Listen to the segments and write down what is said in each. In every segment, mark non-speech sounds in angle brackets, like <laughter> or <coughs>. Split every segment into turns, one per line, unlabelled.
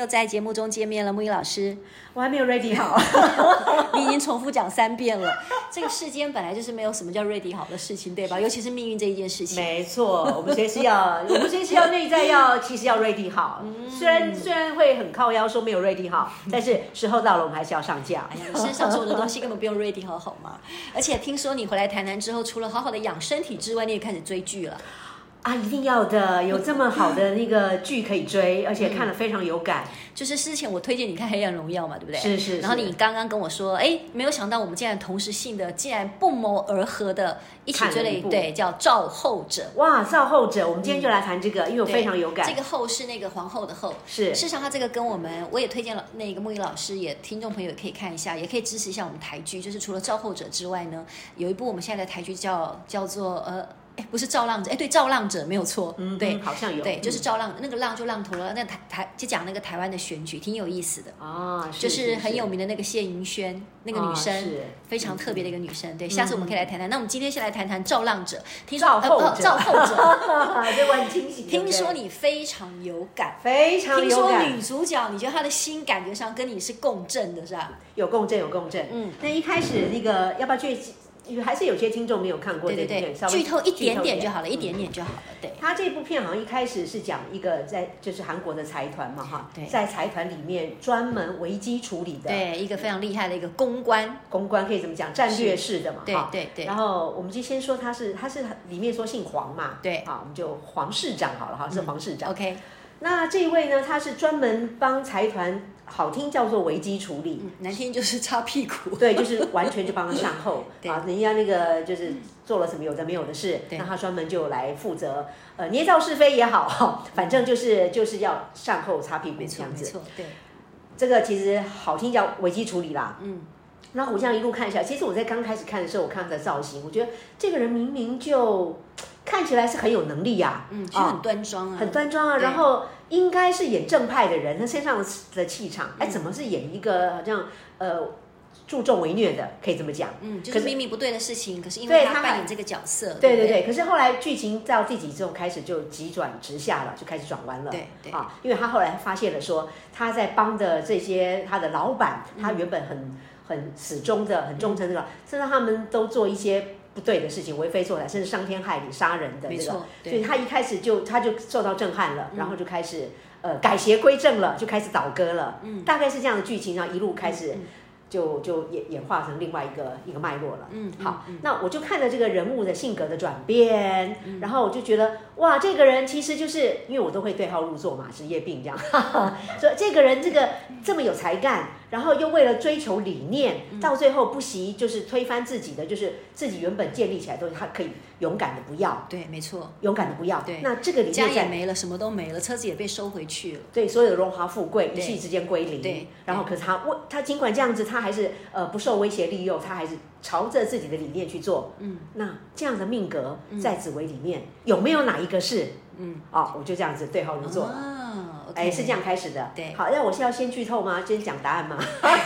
又在节目中见面了，木鱼老师，
我还没有 ready 好，
<laughs> 你已经重复讲三遍了。这个世间本来就是没有什么叫 ready 好的事情，对吧？尤其是命运这一件事情。
<laughs> 没错，我们随时要，我们随时要内在要，
嗯
其实要 ready 好。虽然虽然会很靠腰说没有 ready 好，但是时候到了，我们还是要上架。
哎呀，你身上所有的东西根本不用 ready 好好吗？而且听说你回来台南之后，除了好好的养身体之外，你也开始追剧了。
啊，一定要的，有这么好的那个剧可以追，而且看了非常有感。
就是之前我推荐你看《黑暗荣耀》嘛，对不对？
是是是
然后你刚刚跟我说，哎，没有想到我们竟然同时性的，竟然不谋而合的，一起追了
看了一
一
部
对叫《照后者》。
哇，造后者，我们今天就来谈这个，因为我非常有感。
嗯这个后是那个皇后的后，
是
事实上它这个跟我们我也推荐了那个木鱼老师，也听众朋友也可以看一下，也可以支持一下我们台剧。就是除了《照后者》之外呢，有一部我们现在的台剧叫叫做呃，哎，不是《造浪者》，哎，对，《造浪者》没有错，
嗯，
对
嗯。好像有，
对，就是
嗯
照浪，那个浪就浪头了。那台台就讲那个台湾的选举，挺有意思的，
啊，
就是很
<laughs>
有名的那个谢盈萱，那个女生、
啊是嗯
非常特别的一个女生。对，下次我们可以来谈谈。那我们今天先来谈谈照浪者，听说
照后者
呃不照后者，
<laughs> 对，我很清醒。对不
听
对
说你非常有感。
非常
听
有
说
感
女，主角，你觉得她的心感觉上跟你是共振的，是吧？
有共振，有共振。
嗯
嗯，那一开始那个要不要去？还是有些听众没有看过
对
这部
对
片，
对
稍，微
剧透一点点就好了，
嗯
一点点就好了。对，
他这部片好像一开始是讲一个在就是韩国的财团嘛哈
对，
在财团里面专门危机处理的，
对，一个非常厉害的一个公关，
公关可以怎么讲战略式的嘛
对
哈。
对对
然后我们就先说他是他是里面说姓黄嘛，
对嗯
啊，我们就黄市长好了哈，是黄市长。
，OK，
那这位呢，他是专门帮财团，好听叫做危机处理，
嗯难听就是擦屁 <laughs> 股。
对，就是完全就帮他善
<laughs>
后
对
啊，人家那个就是做了什么有的没有的事，
对
那他专门就来负责，呃，捏造是非也好， <laughs> 哈反正就是就是要善后擦屁股
没
这
错
样
没
子。
错，对，
这个其实好听叫危机处理啦。
嗯，
那我这样一路看下来，其实我在刚开始看的时候，我看他的造型，我觉得这个人明明就看起来是很有能力呀、
嗯，就
啊
很端庄啊，
很端庄啊，
对
然后应该是演正派的人，他身上的气场，
嗯
哎，怎么是演一个好像呃助纣为虐的，可以这么讲。
嗯，就
可
是
是
明明不对的事情，可是因为
对
他
他
扮演这个角色，
对
不
对对，可是后来剧情到第几集之后开始就急转直下了，就开始转弯了。
对对
啊，因为他后来发现了说他在帮的这些他的老板，
嗯
他原本很很始终的、很忠诚的，甚至他们都做一些不对的事情，为非作歹，甚至伤天害理、杀人的
嗯没
这个
错，嗯
所以他一开始就他就受到震撼了，然后就开始呃改邪归正了，就开始倒戈了，嗯，大概是这样的剧情，然后一路开
嗯
始就就演演化成另外一个一个脉络了，嗯，嗯好，那我就看了这个人物的性格的转变，然后我就觉得哇，这个人其实就是因为我都会对号入座嘛，职业病这样，哈 <laughs> 哈所以这个人这个这么有才干，然后又为了追求理念，到最后不惜就是推翻自己的，就是自己原本建立起来的东西，他可以勇敢的不要。
对，没错，
勇敢的不要。
对
那这个里
家
面
也
在
没了，什么都没了，车子也被收回去了，
对所有的荣华富贵一
对
夕之间归零。
对
然后可是他为他尽管这样子，他还是呃不受威胁利诱，他还是朝着自己的理念去做。嗯，那这样的命格在紫薇里面、有没有哪一个是？嗯，哦，我就这样子对号入座。
啊，OK，
哎，是这样开始的。
对
好，那我是要先剧透吗？先讲答案吗？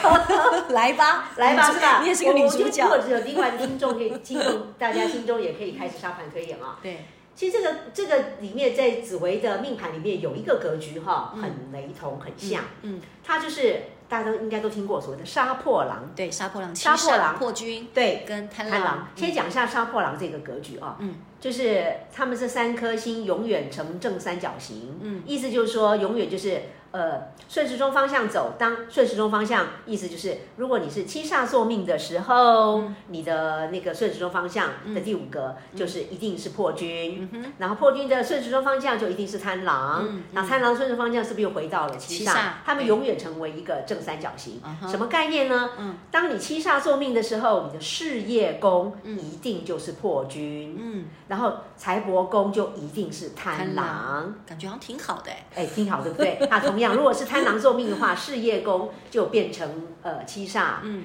<laughs> 来吧，
来吧，
你
是吧？
你也是个女
我我觉
主
得
角
如，果只有另外的听众可以，听众大家心中也可以开始沙盘推演啊、
对，
其实这个这个里面，在紫薇的命盘里面有一个格局哈，很雷同，很像。
嗯，
它就是大家都应该都听过所谓的杀破狼。
对，杀破狼，
杀
七
破
杀
狼
破军
对，
跟贪
贪狼
狼，。
先讲一下杀破狼这个格局啊。
嗯，
就是他们这三颗星永远成正三角形。嗯，意思就是说，永远就是呃顺时钟方向走。当顺时钟方向，意思就是如果你是七煞坐命的时候，
嗯
你的那个顺时钟方向的第五格、就是一定是破军。
嗯
然后破军的顺时钟方向就一定是贪狼，那、贪狼顺时方向是不是又回到了七
七
煞？
煞
他们
对
永远成为一个正三角形。
嗯哼
什么概念呢？
嗯
当你七煞坐命的时候，你的事业宫一定就是破军。
嗯，
然后财帛宫就一定是贪
贪
狼
狼，感觉好像挺好的哎。
哎，听好对
<laughs>
不对？那同样，如果是贪狼座命的话，事业宫就变成呃七煞，
嗯，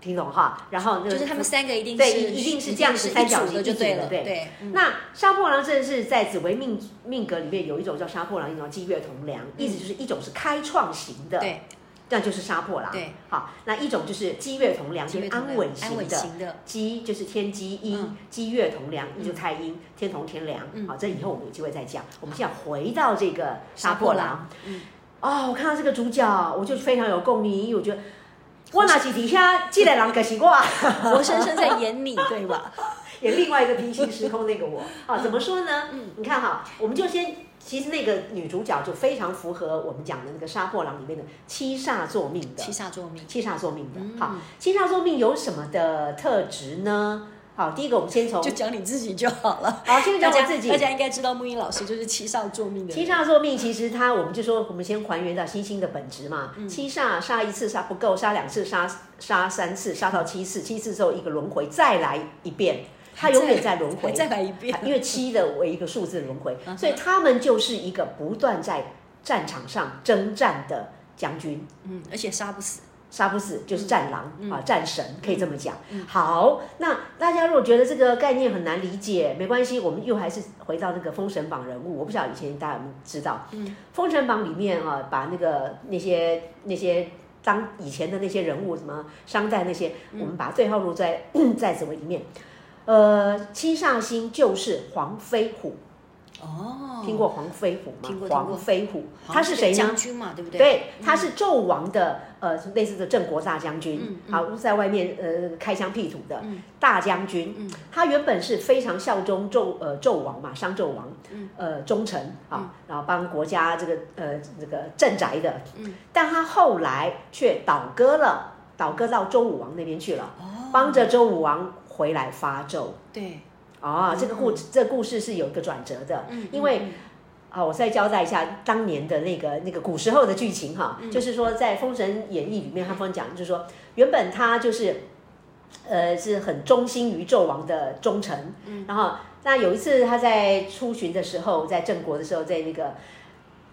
听懂哈？然后那个
就是他们三个一定
对
是
一定是这样子
一
三
组
角
的
形
就对
一组
了，
的对
对，嗯
那杀破狼正是在紫微命命格里面有一种叫杀破狼，一种叫积月同梁，意思就是一种是开创型的，
嗯对
那就是杀破狼。
对，
好，那一种就是积月同梁，就是安稳
安
型
稳
的。
型
<laughs>
的，
积就是天机阴
嗯，
积月同梁，也就太阴，天同天梁。好，这以后我们有机会再讲。我们现在回到这个杀破狼。
嗯，
哦，我看到这个主角，我就非常有共鸣，因为我觉得我那是底下这个人可是我。 <laughs>
活生生在演你，对吧？
演另外一个平行时空那个我啊，怎么说呢？你看哈，我们就先，其实那个女主角就非常符合我们讲的那个杀破狼里面的七煞作命的，
七煞作命，
七嗯煞作命的。好，七煞作命有什么的特质呢？好，第一个我们先从
就讲你自己就好了。
好，先
大
讲
家
我自己
大。家应该知道木英老师就是七煞作命的人，
七煞作命，其实它我们就说，我们先还原到星星的本质嘛。
嗯
七煞杀一次杀不够，杀两次杀杀三次，杀到七次，七次之后一个轮回，再来一遍，它永远在轮回。啊
再来一遍，嗯
因为七的为一个数字轮回，所以他们就是一个不断在战场上征战的将军，
嗯，而且杀不死，
杀不死就是战狼、
嗯
啊，战神可以这么讲。好，那大家如果觉得这个概念很难理解，没关系，我们又还是回到那个《封神榜》人物，我不晓得以前大家有没有知道，
嗯
封神榜》里面啊，把那个那些那些。当以前的那些人物，什么商代那些，
嗯
我们把它对号入座在 <coughs> 在什么里面？呃，七煞星就是黄飞虎，
哦，
听过黄飞虎吗？
听过听
黄
过
飞虎，
好
他
像
是谁呢
将？军嘛，对不对？
对，他是纣王的呃类似的郑国大将军，好在外面呃开疆辟土的大将军。他原本是非常效忠纣呃纣王嘛，商纣王，呃忠臣啊，然后帮国家这个呃这个镇宅的。但他后来却倒戈了，倒戈到周武王那边去了，帮着周武王回来伐纣。
对，
哦，这个故这故事是有一个转折的，因为
嗯
啊，我再交代一下当年的那个那个古时候的剧情哈，
嗯
就是说在《封神演义》里面，他们讲就是说，原本他就是呃是很忠心于纣王的忠臣，
嗯
然后那有一次他在出巡的时候，在郑国的时候，在那个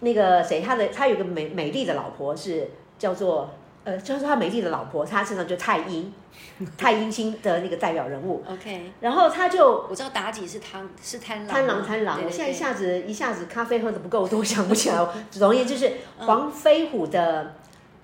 那个谁，他的他有个美美丽的老婆是叫做。呃，就是他美丽的老婆，她身上就太阴，太阴星的那个代表人物。
OK，
然后他就
我知道妲己是贪是贪狼，
贪狼贪狼，
对
我
对
现在一
对
下子一下子咖啡喝的不够多，想不起来。总而言之，就是
嗯
黄飞虎的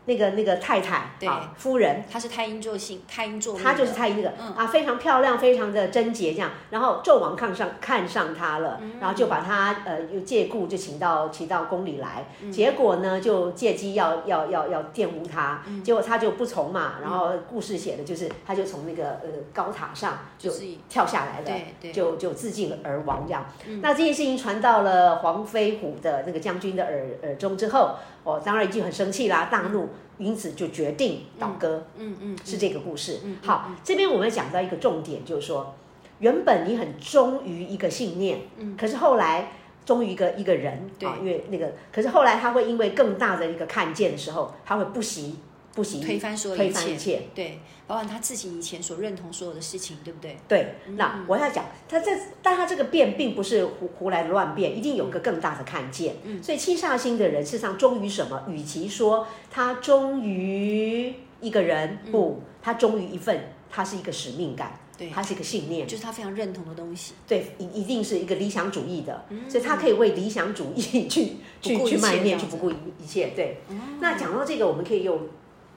那个那个太太
对
啊，夫人，
他是太阴座性，太阴座命的，嗯
她就是太那个啊，非常漂亮，非常的贞洁这样。然后纣王看上看上她了，
嗯
然后就把她呃又借故就请到请到宫里来，
嗯
结果呢就借机要要要要玷污她，
嗯
结果她就不从嘛。然后故事写的就是她就从那个呃高塔上就
就是
跳下来了，
对对
就就自尽而亡这样。
嗯
那这件事情传到了黄飞虎的那个将军的耳耳中之后，哦，当然已经很生气啦，大怒，因此就决定倒戈。
嗯嗯，
是这个故事。好，这边我们讲到一个重点，就是说，原本你很忠于一个信念，可是后来忠于一个一个人，
嗯对
啊因为那个，可是后来他会因为更大的一个看见的时候，他会不惜不惜
推翻所有
推
一
翻
切
一，切。
对，包含他自己以前所认同所有的事情，对不对？
对，
嗯
那我要讲，他这，但他这个变并不是胡胡来的乱变，一定有个更大的看见。
嗯
所以七煞星的人，事实上忠于什么？与其说他忠于一个人，不，他忠于一份，他是一个使命感，
嗯对
他是一个信念，
就是他非常认同的东西，
对，一一定是一个理想主义的，所以他可以为理想主义去去
嗯不顾一
去
切
卖
这
面，
样
去
子哦
不顾一一切。对，那讲到这个，我们可以又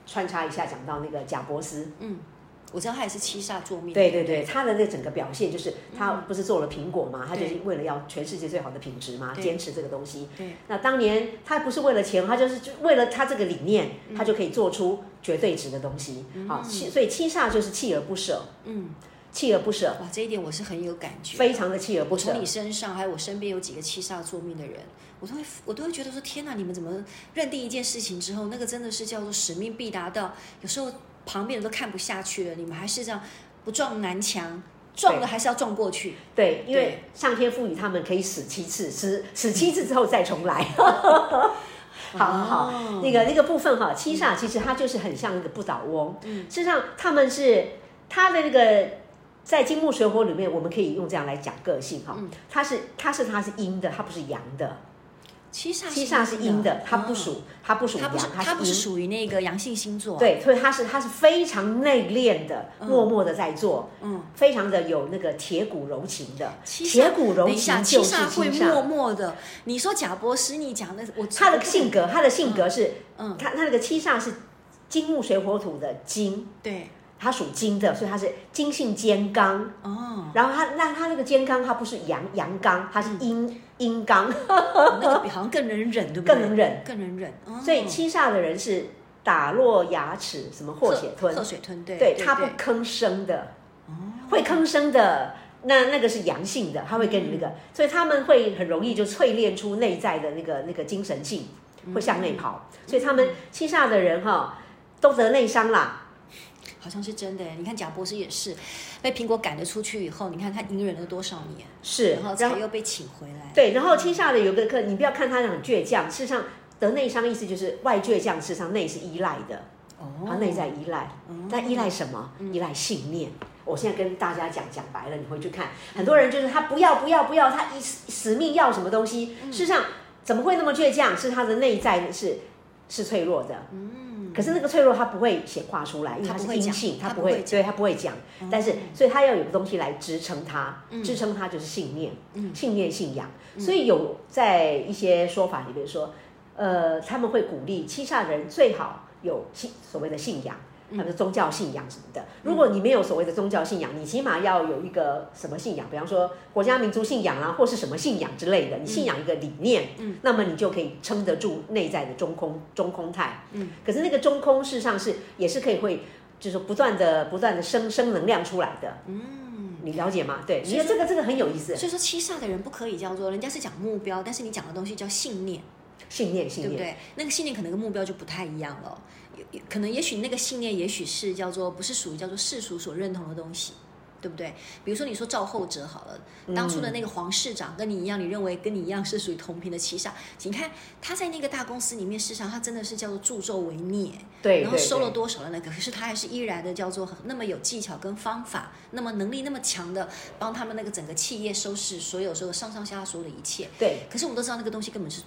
穿插一下讲到那个贾伯斯，
我知道他也是七煞作命，
对对对，他的那整个表现就是，他
嗯
不是做了苹果嘛，他就是为了要全世界最好的品质嘛，
对
坚持这个东西。
对，
那当年他不是为了钱，他就是就为了他这个理念，
嗯
他就可以做出绝对值的东西。好，七所以七煞就是锲而不舍，嗯，锲而不舍，
哇，这一点我是很有感觉。
非常的锲而不
我
舍
从。你身上，还有我身边有几个七煞作命的人，我都会我都会觉得说，天哪，你们怎么认定一件事情之后，那个真的是叫做使命必达到，有时候旁边人都看不下去了，你们还是这样不撞南墙，撞了还是要撞过去。
对，因为
对
上天赋予他们可以死七次，死死七次之后再重来。 <laughs>
哦
好好好，那个那个部分哈，七
嗯
煞其实它就是很像那个不倒翁。嗯，事实上他们是他的那个在金木水火里面，我们可以用这样来讲个性哈、
嗯
它是它是它是阴的，它不是阳的。
七煞
七煞是阴的，它不，
嗯
属它不属
它
阳，
不是它不
阴
是属于那个阳性星座，，
对，所以他是他是非常内敛的，默默的在做，
嗯，
非常的有那个铁骨柔情的，
七煞
铁骨柔
等一下，
情
七
就是
煞会
七
默
煞。
默的。你说贾博士，你讲的我
他的性格，他的性格是，
嗯
他他那个七煞是金木水火土的金，
对
他属金的，所以他是金性坚刚。
哦，嗯
然后他那他那个坚刚，他不是阳阳刚，他是阴阴刚，
那个比好像更能忍，对不对？
更能忍，
更能忍。哦
所以七煞的人是打落牙齿，什么
鹤
或血吞，
鹤血吞，对哦
对，他不吭声的，会吭声的，那那个是阳性的，他会跟你那
嗯
个，所以他们会很容易就淬炼出内在的那个那个精神性，
嗯
会向内跑，所以他们七煞的人哈、都得内伤啦，
好像是真的耶。你看贾博士也是被苹果赶了出去以后，你看他隐忍了多少年，
是
然后才又被请回来。
对，然后七煞的有个课，你不要看他很倔强，事实上得内伤意思就是外倔强，事实上内是依赖的。他
哦嗯
内在依赖，但依赖什么？依赖信念。我现在跟大家讲讲白了，你回去看，很多人就是他不要不要不要，他一死死命要什么东西。
嗯
事实上，怎么会那么倔强？是他的内在是是脆弱的。可是那个脆弱他不会显化出来，因为
他嗯
他
不
是
会
阴
讲嗯
性，他
他
不
不会
会，对他不会讲。但是，所以他要有个东西来支撑他，
嗯
支撑他就是信念，信念信仰。所以有在一些说法里面说，呃，他们会鼓励七煞人最好有信所谓的信仰。
嗯
他们宗教信仰什么的，如果你没有所谓的宗教信仰，你起码要有一个什么信仰，比方说国家民族信仰啊，或是什么信仰之类的，你信仰一个理念，嗯，那么你就可以撑得住内在的中空中空态，嗯，可是那个中空事实上是也是可以会就是不断的不断的生生能量出来的，嗯，你了解吗？对，所以这个这个很有意思，
所以说七煞的人不可以叫做，人家是讲目标，但是你讲的东西叫信念。
信念信
对不
念，
对？那个信念可能跟目标就不太一样了哦，也也可能也许那个信念也许是叫做不是属于叫做世俗所认同的东西，对不对？比如说你说赵后者好了，当初
嗯
的那个黄市长跟你一样，你认为跟你一样是属于同频的七煞，你看他在那个大公司里面，事实上他真的是叫做助纣为虐，
对，
然后
对
收了
对
多少的那个，可是他还是依然的叫做很那么有技巧跟方法，那么能力那么强的帮他们那个整个企业收拾所有所有上上下下所有的一切，
对，
可是我们都知道那个东西根本是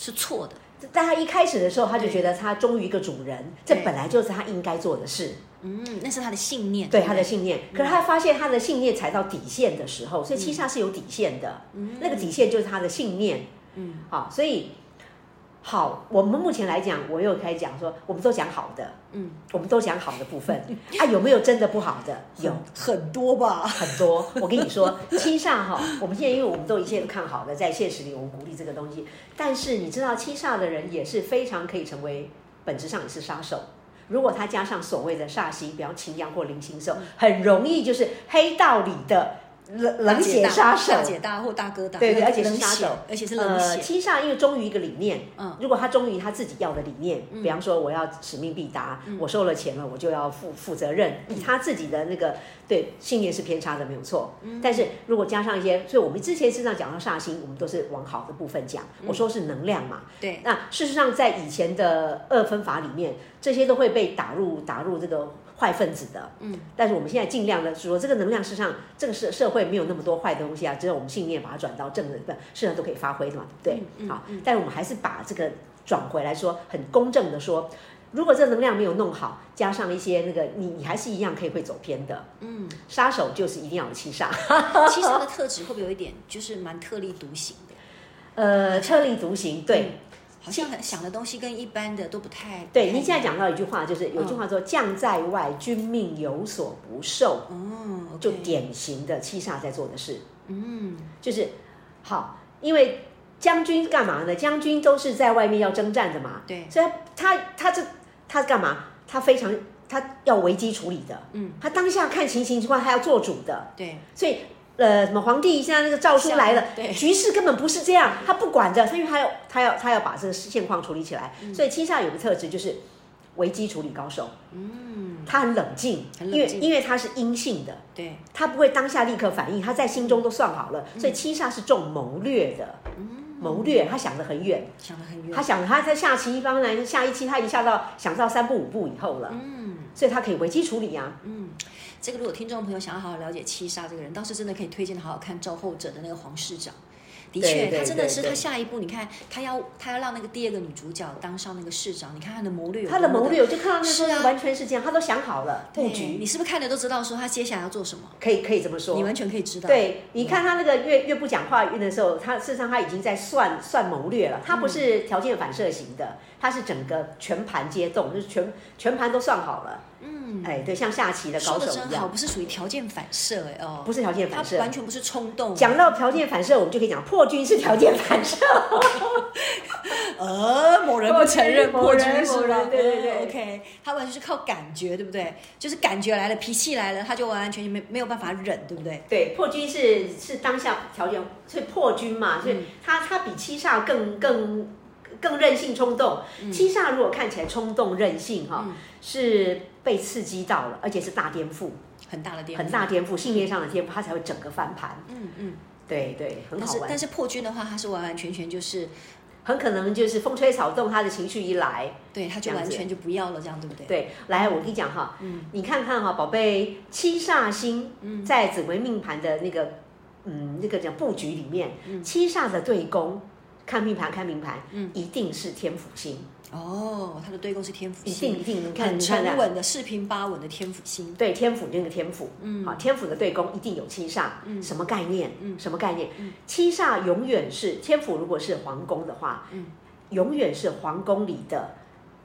是错的。
但他一开始的时候，他就觉得他忠于一个主人，这
对
本来就是他应该做的事。
嗯，那是他的信念，
对
不
他的信念。可是他发现他的信念踩到底线的时候，所以七煞是有底线的，那个底线就是他的信念。嗯，好，所以好，我们目前来讲，我又开始讲说，我们都讲好的，嗯，我们都讲好的部 <laughs> 分啊，有没有真的不好的？有。
很多吧？
很
<laughs>
多，我跟你说， <laughs> 七煞哈，我们现在因为我们都一切都看好了，在现实里我们鼓励这个东西，但是你知道七煞的人也是非常可以成为，本质上也是杀手。如果他加上所谓的煞星，比方擎羊或零星兽，很容易就是黑道里的冷冷血杀手
大。姐大或大哥大，
对对，
冷
而且是杀
血
手，
而且是冷
呃，
血，
七煞因为忠于一个理念，
嗯
如果他忠于他自己要的理念，比方说我要使命必达，
嗯
我收了钱了，我就要负负责任，以他自己的那个对信念是偏差的，没有错。
嗯
但是如果加上一些，所以我们之前实际上讲到煞星，我们都是往好的部分讲，我说是能量嘛。 <laughs>
对，
那事实上，在以前的二分法里面，这些都会被打入打入这个坏分子的。嗯，但是我们现在尽量的说，这个能量事实上，这个社社会没有那么多坏的东西啊，只有我们信念把它转到正的，不，事实上都可以发挥的嘛，对不对？好，但是我们还是把这个转回来说，很公正的说。如果这能量没有弄好，加上一些那个，你你还是一样可以会走偏的。嗯，杀手就是一定要有七煞，
七煞的特质会不会有一点就是蛮特立独行的？
<laughs> 呃，特立独行，对，
好像很想的东西跟一般的都不太
对，您现在，讲到一句话，就是有句话说“将在外，君命有所不受”，
嗯，
就
OK
典型的七煞在做的事。嗯，就是好，因为将军干嘛呢？将军都是在外面要征战的嘛。
对
所以他他他这他干嘛？他非常他要危机处理的。嗯，他当下看情形情况，他要做主的。
对，
所以呃，什么皇帝现在那个诏书来了，
啊对
局势根本不是这样，他不管着，他因为他要他要他要把这个现况处理起来，
嗯
所以七煞有个特质就是危机处理高手，嗯，他很冷静，
很冷
因为
静
因为他是阴性的。
对，嗯
他不会当下立刻反应，他在心中都算好了，所以七煞是重谋略的，谋略他想得很远，
想的很远，
他想他在下棋一方来，下一期他一下到想到三步五步以后了，嗯，所以他可以危机处理啊，
这个如果听众朋友想要好好了解七杀这个人，倒是真的可以推荐好好看《照后者》的那个黄市长。的
对
确，
对
他真的是
对对
他下一步，你看他要他要让那个第二个女主角当上那个市长，你看他的谋略有
他的
多么
谋略，我就看到那时
是啊
候完全是这样，他都想好了布
对
局，
你是不是看了都知道说他接下来要做什么？
嗯可以可以这么说
你。完全可以知道。
对，你看他那个越越不讲话运的时候，他事实上他已经在算算谋略了，他不是
嗯
条件反射型的，他是整个全盘皆动，就是全全盘都算好了。嗯，哎，对，像下棋的
说
高
的
手
真
一
好，
样，
不是属于条件反射哎、哦，
不是条件反
他
射。
完全不是冲动。
讲到条件反射，我们就可以讲破军是条件反射。
呃，某人不承认
某
破
人
军是
某
吗？
人对对对
嗯，OK，他完全是靠感觉，对不对？就是感觉来了，脾气来了，他就完完全全没没有办法忍，对不对？
对，破军是是当下条件，所以破军
嗯
嘛，所以他他比七煞更更更任性冲动。
嗯
七煞如果看起来冲动任性哈、是被刺激到了，而且是大颠覆，
很大的颠覆，
很大颠覆，信念上的颠覆，他才会整个翻盘。
嗯嗯。
对对，很
但
好
是
玩
但。是破军的话，他是完完全全就是
很可能就是风吹草动，他的情绪一来，
对，他就
这样
完
子
全就不要了，这样对不对？
对，来，我跟你讲哈，
嗯
你看看哈，宝贝，七煞星在紫微命盘的那个，嗯，那个叫布局里面，
嗯
七煞的对宫，看命盘看命盘，一定是天府星，
哦，他的对宫是天府
一
星，
定一定，你看
很
你看
沉
看，
稳的四平八稳的天府星。
对天府那个天府，嗯，好，天府的对宫一定有七煞，什么概念？嗯，什么概念？七煞永远是天府，如果是皇宫的话，嗯，永远是皇宫里的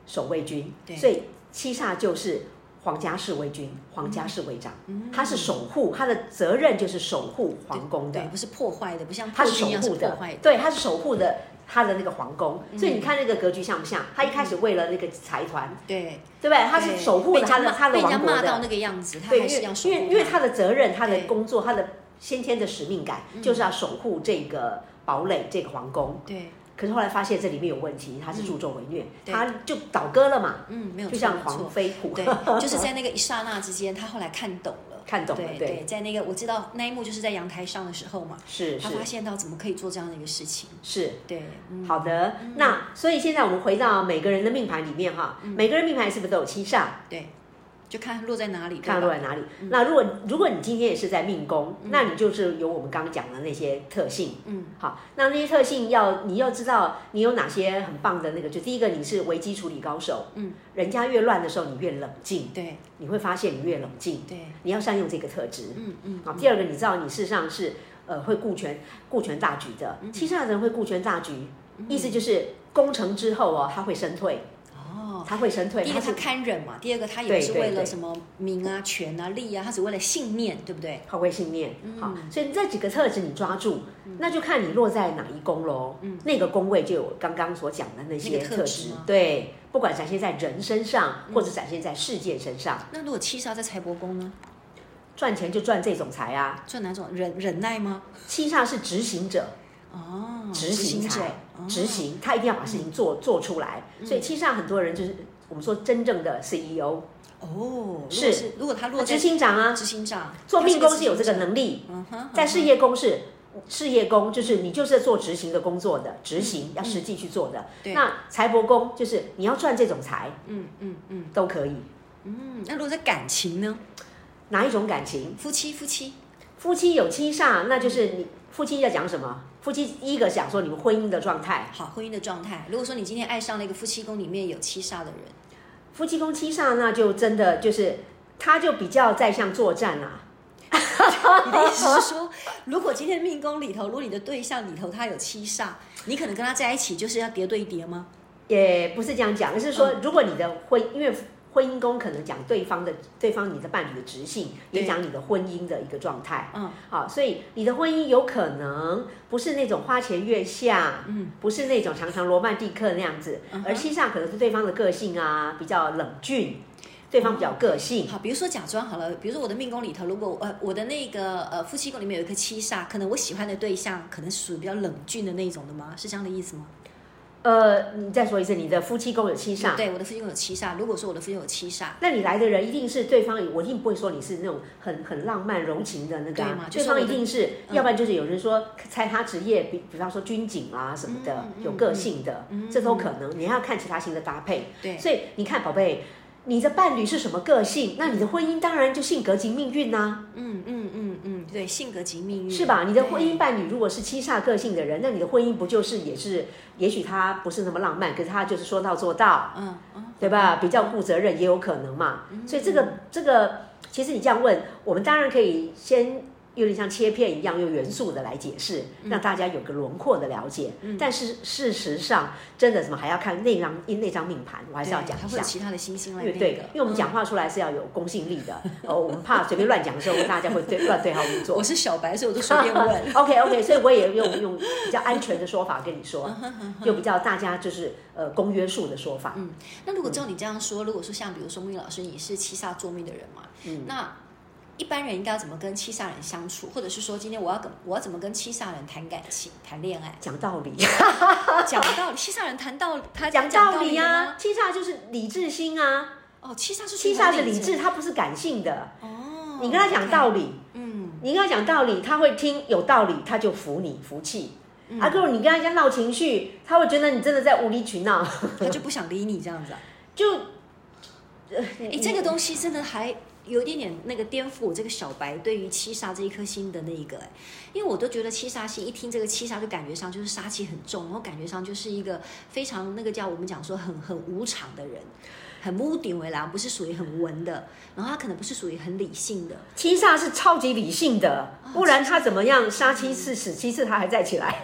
守卫军，
对
所以七煞就是皇家侍卫军、皇家侍卫长，
嗯
他是守护，他的责任就是守护皇宫的
对，，不是破坏的，不像
他
破
是
军
守
一样是
护
破
的
坏，的。嗯
对，他是守护的他的那个皇宫，所以你看那个格局像不像？他一开始为了那个财团，
对，
对不对？他
嗯对
是守护
被
了
人家
他的
骂
他的
被人家
王国
骂到
的
那。个样子，他
对，
还是
因
要
为
守
因
护
为因为他的责任、他的
对嗯
工作、他的先天的使命感，就是要守护这个堡垒、这个皇宫。
对，
可是后来发现这里面有问题，他是助纣为虐，
对
他就倒戈了嘛，
嗯，没有
就
错，
像
没有
黄
错
飞虎。 <laughs>
对，就是在那个一刹那之间，他后来看懂了，
看懂了
对
对
在那个我知道那一幕就是在阳台上的时候嘛，
是
他
是
发现到怎么可以做这样的一个事情，
是，
对，嗯，嗯
好的。那所以现在我们回到每个人的命盘里面哈，每个人命盘是不是都有七煞？
对，就看落在哪里，对嗯
看
吧
落在哪里。那如果如果你今天也是在命宫，那你就是有我们刚刚讲的那些特性。
嗯，
好，那那些特性要你要知道你有哪些很棒的那个，就第一个你是危机处理高手。嗯，人家越乱的时候你越冷静，
对
你会发现你越冷静，
对，
你要善用这个特质。
嗯嗯，
好，第二个你知道你事实上是呃会顾全顾全大局的，
嗯
七煞的人会顾全大局，意思就是攻城之后哦，他会身退，
哦。
他会身退，
第一个
他
他
是
堪忍嘛，第二个他也
对
不是
对
为了
对
什么名啊、权啊、利啊，他只为了信念，对不对？
好会信念，
嗯
好，所以这几个特质你抓住，那就看你落在哪一宫喽。那个宫位就有刚刚所讲的那
嗯
些
那个
特
特质
质
吗，嗯
对，不管展现在人身上，或者展现在世界身上，
那如果七煞在财帛宫呢？
赚钱就赚这种财啊。
赚哪种忍忍耐吗？
七煞是执行者，
哦，
执行
者
者，
哦嗯
执行，他一定要把事情做做出来。所以七煞很多人就是我们说真正的 CEO、
哦，如
是
果是如果他落在
执行长啊，
执行长，
做命宫
他
是有这
执
个
行长，
能力，
嗯哼，
在事业宫是事业宫，就是你就是做执行的工作的，执行要实际去做的。
嗯对
那财帛宫就是你要赚这种财
嗯嗯嗯
都可以。
嗯，那如果在感情呢？
哪一种感情？
夫妻夫妻，
夫妻有七煞，那就是你夫妻要讲什么？夫妻第一个讲说你们婚姻的状态，
好婚姻的状态。如果说你今天爱上了一个夫妻宫里面有七煞的人，
夫妻宫七煞，那就真的就是他就比较在像作战啊啦、
你的意思是说，如果今天命宫里头，如果你的对象里头他有七煞，你可能跟他在一起就是要叠对叠吗？
也不是这样讲，而是
嗯
说，如果你的婚，因为婚姻宫可能讲对方的对方你的伴侣的直性，
对
也讲你的婚姻的一个状态。
嗯，
好，所以你的婚姻有可能不是那种花前月下，嗯，不是那种常常罗曼蒂克那样子，
嗯哼
而七煞可能是对方的个性啊比较冷峻，对方比较有个性，
好，比如说假装好了，比如说我的命宫里头，如果呃我的那个呃夫妻宫里面有一颗七煞，可能我喜欢的对象可能属于比较冷峻的那种的吗？是这样的意思吗？
呃，你再说一次，你的夫妻宫有七煞，
对，我的夫妻宫有七煞。如果说我的夫妻宫有七煞，
那你来的人一定是对方，我一定不会说你是那种很很浪漫柔情的那个、
对
啊
嘛，就
对
是我
方
的
一定是，
嗯
要不然就是有人说猜他职业，比比方说军警啊什么的，
嗯嗯
有个性的，这都可能，你还要看其他型的搭配。
对
所以你看，宝贝，你的伴侣是什么个性，那你的婚姻当然就性格及命运啊呐、
嗯嗯嗯嗯，对，性格及命运
是吧？你的婚姻
嗯对
伴侣如果是七煞个性的人，那你的婚姻不就是也是，也许他不是那么浪漫，可是他就是说到做到，
嗯嗯，
对吧？比较负责任也有可能嘛。所以这个这个，其实你这样问，我们当然可以先有点像切片一样，用元素的来解释，
嗯
让大家有个轮廓的了解。但是事实上，真的什么还要看那张那张命盘，我还
还
是要讲一
还会
下
有。其他的星星来
对
那个，
对，因为我们
嗯
讲话出来是要有公信力的，哦，我们怕随便乱讲的时候，大家会对乱对号入座
我。是小白，所以我就随便
<laughs>
问。
OK OK，所以我也用用比较安全的说法跟你说，就比较大家就是呃公约数的说
嗯
法。？
那如果照你这样说，如果说像比如说木易老师，你是七煞坐命的人嘛，那一般人应该要怎么跟七煞人相处，或者是说今天我要跟我要怎么跟七煞人谈感情、谈恋爱
讲道理，
讲道理，七煞人谈道理，他
讲道理啊
吗！！
七煞就是理智心啊，
哦，七煞是
七
属于
煞是理智，
的
他不是感性的。
哦，
你跟他讲道
理，
理，
嗯
你跟他讲道理，他会听，有道理他就服你服气。
嗯
啊，如果你跟他家闹情绪，他会觉得你真的在无理取闹，
他就不想理你这样子啊。
就
<laughs> 哎，这个东西真的还有一点点那个颠覆我这个小白对于七杀这一颗星的那一个哎，因为我都觉得七杀星一听这个七杀就感觉上就是杀气很重，然后感觉上就是一个非常那个叫我们讲说很很无常的人，很目顶为狼，不是属于很文的，然后他可能不是属于很理性的，
<laughs> 七煞是超级理性的，
哦
不然他怎么样杀七次死七次他还站起来？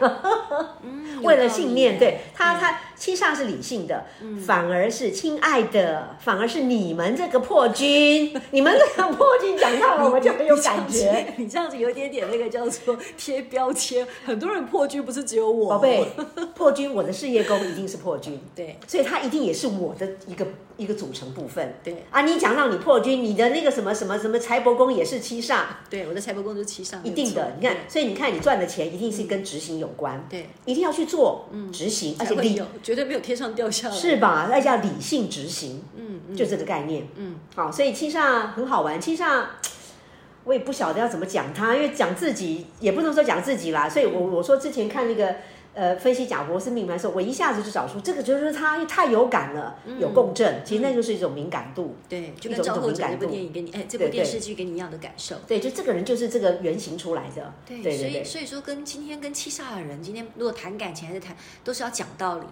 嗯
为了信念，对他，
嗯
他七煞是理性的，反而是亲爱的，反而是你们这个破军，你们这个破军讲到了，我们就很 <laughs> 有感觉。
你这样子有一点点那个叫做贴标签，很多人破军不是只有我，哦
宝贝，破军，我的事业宫一定是破军，
对
所以它一定也是我的一个一个组成部分。
对
啊，你讲到你破军，你的那个什么什么什么财帛宫也是七煞，
对，我的财帛宫就是七煞，
一定的。你看，所以你看你赚的钱一定是跟执行有关，
对，
一定要去做，执行，而
而
且
且嗯
理
有，绝对没有天上掉下来，
是吧？那叫理性执行，
嗯
就这个概念。
嗯，
好，所以七煞很好玩，七煞。我也不晓得要怎么讲它，因为讲自己也不能说讲自己啦，所以
嗯
我我说之前看那个呃分析贾博士命盘的时候，我一下子就找出这个就是他，因为太有感了，
嗯
有共振，其实那就是一种敏感度。
对，就
一
跟
种
赵
一种
后
敏
者
感
这部
度
电影跟你，哎，这
对
部
对
电视剧跟你一样的感受。
对，就这个人就是这个原型出来的。
对，
对
所
对
以
对，
所以说跟今天跟七煞的人，今天如果谈感情还是谈，都是要讲道理，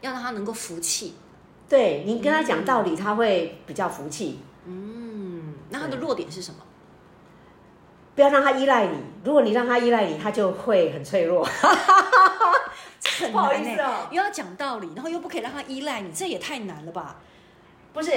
要让他能够服气。
对你跟他讲道理，他会比较服气，
嗯，那他的弱点是什
<laughs>
么？
不要让他依赖你。如果你让他依赖你，他就会很脆弱。
这很
不好
难
意
呢、
思哦
又要讲道理，然后又不可以让他依赖你，这也太难了吧？
不是，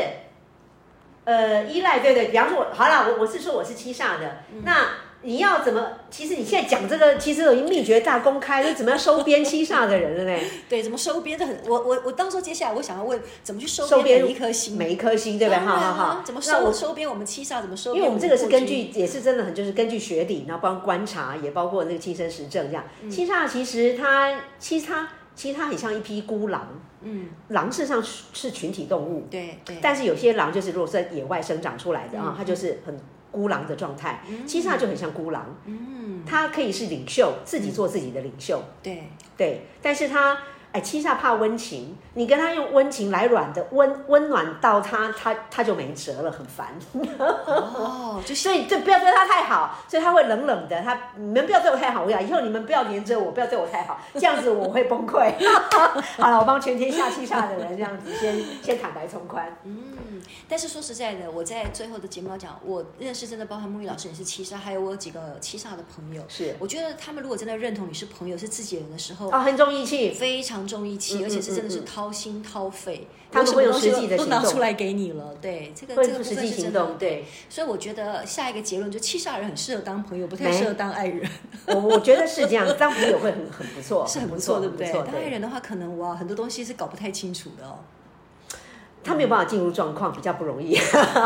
呃，依赖，对对，比方说我，好啦，我我是说我是七煞的，
嗯
那你要怎么？其实你现在讲这个，其实已经秘诀大
<laughs>
公开，就怎么样收编七煞的人了呢？
对，怎么收编这很，我我我到时候接下来我想要问，怎么去 <laughs> 收
收编
每一颗星？
每一颗星，对不对？
当
好
然
好
啊
好，
怎么
那
收
我
收编我们七煞？怎么收
因
编
为
我
我
们
们
的
这个是
过
根
去
据，也是真的很就是根据学理，然后包括观察，也包括那个亲身实证这样。
嗯
七煞其实它，其实它，其实它很像一匹孤狼。嗯，狼事实上是是群体动物，
对对，
但是有些狼就是如果在野外生长出来的啊，它就是很孤狼的状态。七煞就很像孤狼，嗯，它可以是领袖，自己做自己的领袖， <laughs>
对
对。但是它哎，七煞怕温情，你跟他用温情来软的温温暖到他，他他就没辙了，很烦。
哦，就是
所以就不要对他太好，所以他会冷冷的。他你们不要对我太好，我讲以后你们不要黏着我，不要对我太好，这样子我会崩溃。好了，我帮全天下七煞的人这样子先先坦白从宽。
但是说实在的，我在最后的节目要讲，我认识真的包含木易老师也是七煞，还有我有几个七煞的朋友，
是
我觉得他们如果真的认同你是朋友，是自己人的时候，
啊，很重义气，
非常重义气，
嗯
而且是真的
嗯
是
嗯
掏心掏肺，
他
我
们
什
会
么
有
东西
实际的
都
行
拿
动
出来给你了。对，这个
会
这个部
实
分
际
是
行
真的
动。。对
所以我觉得下一个结论就七煞人很适合当朋友，不太适合当爱人，
我，我觉得是这样，当朋友会很很不哦错，
是很不错，对不对？
很
当爱人的话，可能哇，很多东西是搞不太清楚的哦。
他没有办法进入状况，比较不容易。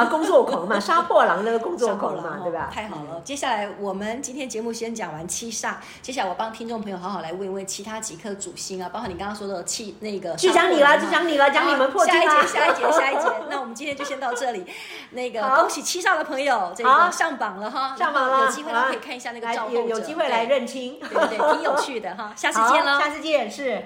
工作狂嘛，杀破狼那个工作狂嘛，对吧？
哦
嗯
太好了，接下来我们今天节目先讲完七煞，接下来我帮听众朋友好好来问一问其他几颗主星啊，包括你刚刚说的气那个。
就讲你啦，就。讲你啦，讲你们破军
下一
啦
节，。下一节，
<laughs>
下一节。那我们今天就先到这里。那个
好
恭喜七煞的朋友，这
好
个上榜了哈，
上榜
然后
了，
有机会
好
呢
啊
可以看一下那个
来
照后
有有
者
机会来
对
认亲。
对对，挺有趣的哈，下次
好
见喽。
下次见，是。